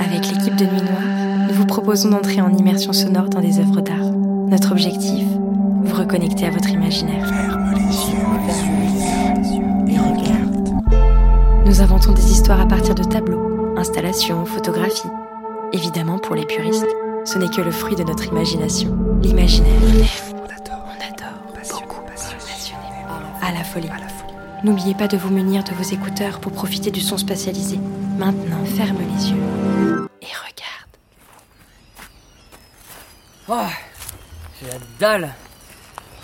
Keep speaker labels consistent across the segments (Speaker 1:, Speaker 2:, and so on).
Speaker 1: Avec l'équipe de Nuit Noire, nous vous proposons d'entrer en immersion sonore dans des œuvres d'art. Notre objectif vous reconnecter à votre imaginaire.
Speaker 2: Ferme les yeux et regarde.
Speaker 1: Nous inventons des histoires à partir de tableaux, installations, photographies. Évidemment, pour les puristes, ce n'est que le fruit de notre imagination. L'imaginaire,
Speaker 2: On adore,
Speaker 1: on adore
Speaker 2: beaucoup, passionné.
Speaker 1: à la folie.
Speaker 2: À la folie.
Speaker 1: N'oubliez pas de vous munir de vos écouteurs pour profiter du son spatialisé. Maintenant, ferme les yeux et regarde.
Speaker 3: Oh, j'ai la dalle.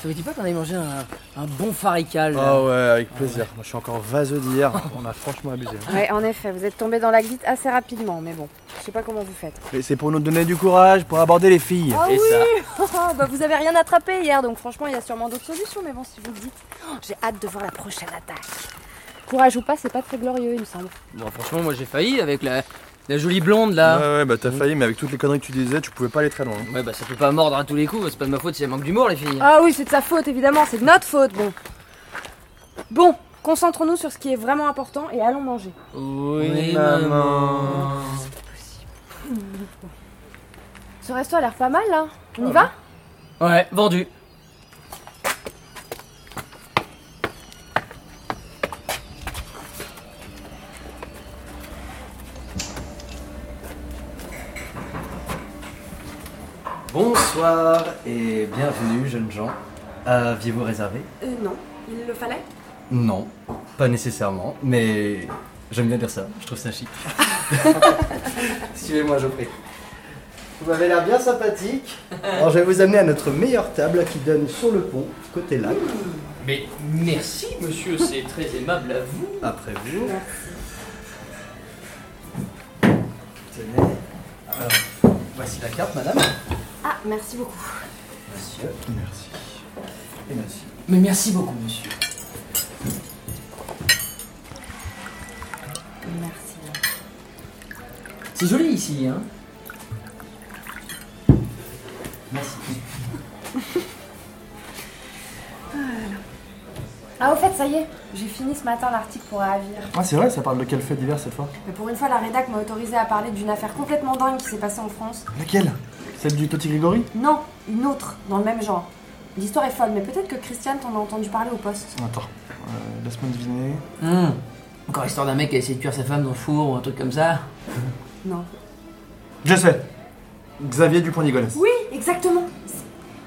Speaker 3: Ça vous dit pas qu'on aille manger un, un bon farical là
Speaker 4: Ah ouais, avec plaisir. Moi, je suis encore vaseux d'hier. On a franchement abusé. hein.
Speaker 5: Ouais, en effet, vous êtes tombé dans la glisse assez rapidement, mais bon, je sais pas comment vous faites.
Speaker 4: Mais c'est pour nous donner du courage, pour aborder les filles.
Speaker 5: Ah
Speaker 3: Et ça
Speaker 5: bah vous avez rien attrapé hier, donc franchement, il y a sûrement d'autres solutions, mais bon, si vous le dites, oh, j'ai hâte de voir la prochaine attaque. Courage ou pas, c'est pas très glorieux, il me semble.
Speaker 3: Bon, franchement, moi j'ai failli avec la, la jolie blonde là.
Speaker 4: ouais, ouais, bah t'as failli, mais avec toutes les conneries que tu disais, tu pouvais pas aller très loin. hein.
Speaker 3: Ouais, bah ça peut pas mordre à tous les coups, c'est pas de ma faute si elle manque d'humour, les filles.
Speaker 5: Ah oui, c'est de sa faute, évidemment, c'est de notre faute, bon. Bon, concentrons-nous sur ce qui est vraiment important et allons manger.
Speaker 3: Oui,
Speaker 4: maman.
Speaker 5: Ce resto a l'air pas mal, là. On y va
Speaker 3: Ouais, vendu.
Speaker 6: Bonsoir et bienvenue, jeunes gens. Aviez-vous réservé
Speaker 5: Euh, non. Il le fallait
Speaker 6: Non, pas nécessairement, mais j'aime bien dire ça, je trouve ça chic. Suivez-moi, je vous prie. Vous m'avez l'air bien sympathique. Alors, je vais vous amener à notre meilleure table qui donne sur le pont, côté lac.
Speaker 3: Mais merci, monsieur, c'est très aimable à vous.
Speaker 6: Après vous. Tenez. Alors, voici la carte, madame.
Speaker 5: Ah, merci beaucoup.
Speaker 6: Monsieur. Merci. Et merci.
Speaker 3: Mais merci beaucoup, monsieur.
Speaker 5: Merci.
Speaker 3: C'est joli ici, hein
Speaker 6: Merci.
Speaker 5: Ah, au fait, ça y est, j'ai fini ce matin l'article pour Avir.
Speaker 4: Ah, c'est vrai, ça parle de quel fait divers cette fois
Speaker 5: Mais pour une fois, la rédac m'a autorisé à parler d'une affaire complètement dingue qui s'est passée en France.
Speaker 4: Laquelle Celle du petit Grégory
Speaker 5: Non, une autre, dans le même genre. L'histoire est folle, mais peut-être que Christiane t'en a entendu parler au poste.
Speaker 4: Attends, euh, laisse-moi deviner.
Speaker 3: Hum. Encore histoire d'un mec qui a essayé de cuire sa femme dans le four ou un truc comme ça.
Speaker 5: Non.
Speaker 4: Je sais Xavier Dupont-Nicolas.
Speaker 5: Oui, exactement. C'est-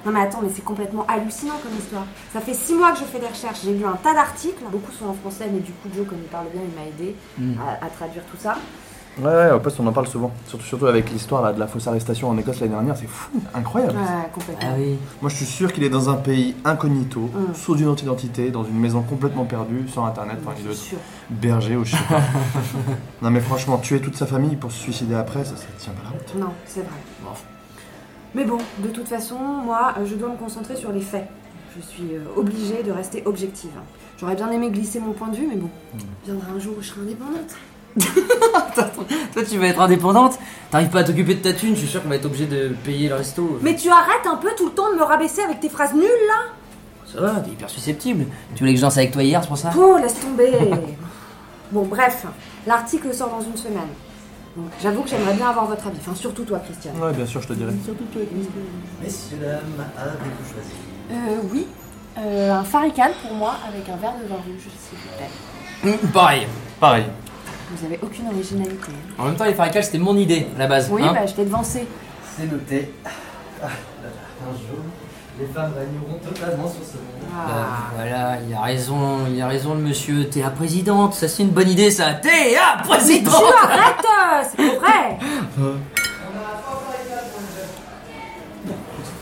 Speaker 5: Non mais attends, mais c'est complètement hallucinant comme histoire. Ça fait six mois que je fais des recherches, j'ai lu un tas d'articles, beaucoup sont en français, mais du coup Joe, comme il parle bien, il m'a aidé
Speaker 3: Hmm.
Speaker 5: à, à traduire tout ça.
Speaker 4: Ouais, ouais, au poste, on en parle souvent. Surtout, surtout avec l'histoire là, de la fausse arrestation en Écosse l'année dernière, c'est fou, incroyable.
Speaker 5: Ouais, complètement.
Speaker 3: Ah oui.
Speaker 4: Moi, je suis sûr qu'il est dans un pays incognito,
Speaker 5: Mm.
Speaker 4: sous une autre identité, dans une maison complètement perdue, sans internet, enfin, il doit
Speaker 5: C'est
Speaker 4: être
Speaker 5: sûr.
Speaker 4: berger ou je sais pas. non mais franchement, tuer toute sa famille pour se suicider après, ça, ça tient pas la route.
Speaker 5: Non, c'est vrai.
Speaker 3: Bon.
Speaker 5: Mais bon, de toute façon, moi, euh, je dois me concentrer sur les faits. Je suis euh, obligée de rester objective. J'aurais bien aimé glisser mon point de vue, mais bon,
Speaker 3: Hmm.
Speaker 5: viendra un jour où je serai indépendante.
Speaker 3: Toi, tu vas être indépendante, t'arrives pas à t'occuper de ta thune, je suis sûr qu'on va être obligé de payer le resto.
Speaker 5: Mais tu arrêtes un peu tout le temps de me rabaisser avec tes phrases nulles, là
Speaker 3: Ça va, t'es hyper susceptible. Tu voulais que je danse avec toi hier, c'est pour ça
Speaker 5: Oh, laisse tomber Bon, bref, l'article sort dans une semaine. Donc, j'avoue que j'aimerais bien avoir votre avis, enfin, surtout toi, Christiane.
Speaker 4: Ouais, bien sûr, je te dirais.
Speaker 6: Messieurs, dames, avez-vous choisi
Speaker 5: Euh, oui, Euh, un farical pour moi avec un verre de vin rouge, s'il vous plaît.
Speaker 3: Mm, Pareil.
Speaker 4: Pareil.
Speaker 5: Vous avez aucune originalité.
Speaker 3: En même temps, les faricales, c'était mon idée à la base.
Speaker 5: Oui,
Speaker 3: hein.
Speaker 5: bah, je t'ai devancé.
Speaker 6: C'est noté. Ah, là, là, un jour, les femmes régneront totalement sur ce monde.
Speaker 5: Ah.
Speaker 3: Bah, voilà, il a raison, il a raison le monsieur. Théa présidente, ça c'est une bonne idée ça. Théa présidente
Speaker 5: Arrête euh, C'est pas vrai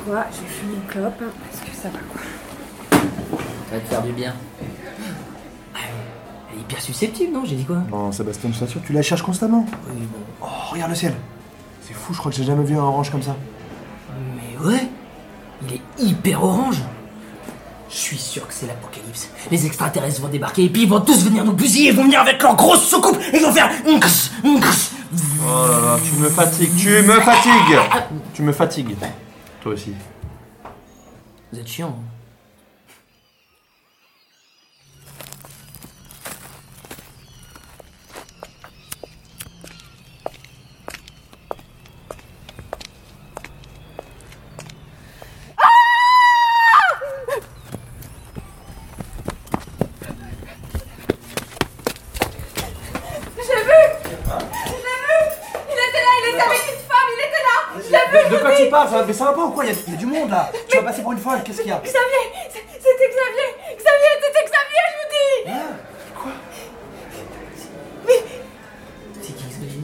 Speaker 5: Quoi Je fume une clope, hein, parce que ça va quoi.
Speaker 3: Ça va te faire du bien. Elle est hyper susceptible, non J'ai dit quoi
Speaker 4: Non, Sébastien, je t'assure, tu la cherches constamment.
Speaker 3: Oui, bon.
Speaker 4: Oh, regarde le ciel. C'est fou, je crois que j'ai jamais vu un orange comme ça.
Speaker 3: Mais ouais, il est hyper orange. Je suis sûr que c'est l'apocalypse. Les extraterrestres vont débarquer et puis ils vont tous venir nous bousiller. Ils vont venir avec leur grosse soucoupe et ils vont faire. nksh, nksh.
Speaker 4: Oh là là, tu me fatigues, tu me fatigues Tu me fatigues. Toi aussi.
Speaker 3: Vous êtes chiant. hein.
Speaker 6: c'est pas, ça va, mais ça va pas ou quoi Il y, a- il y a du monde là Tu vas passer pour une folle, qu'est-ce qu'il y a
Speaker 7: Xavier c'est- C'était Xavier Xavier, c'était Xavier, je vous dis
Speaker 6: Hein
Speaker 3: C'est qui Xavier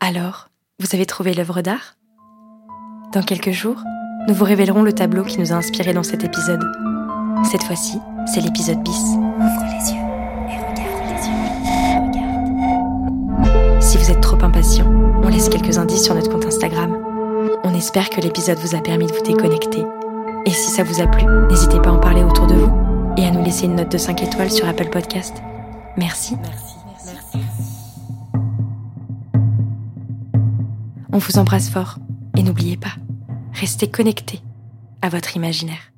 Speaker 1: Alors, vous avez trouvé l'œuvre d'art Dans quelques jours, nous vous révélerons le tableau qui nous a inspiré dans cet épisode. Cette fois-ci, c'est l'épisode bis.
Speaker 2: Ouvre les yeux et regarde les yeux. Regarde.
Speaker 1: Si vous êtes trop impatient, on laisse quelques indices sur notre compte Instagram. On espère que l'épisode vous a permis de vous déconnecter. Et si ça vous a plu, n'hésitez pas à en parler autour de vous et à nous laisser une note de 5 étoiles sur Apple Podcast. Merci. On vous embrasse fort et n'oubliez pas, restez connectés à votre imaginaire.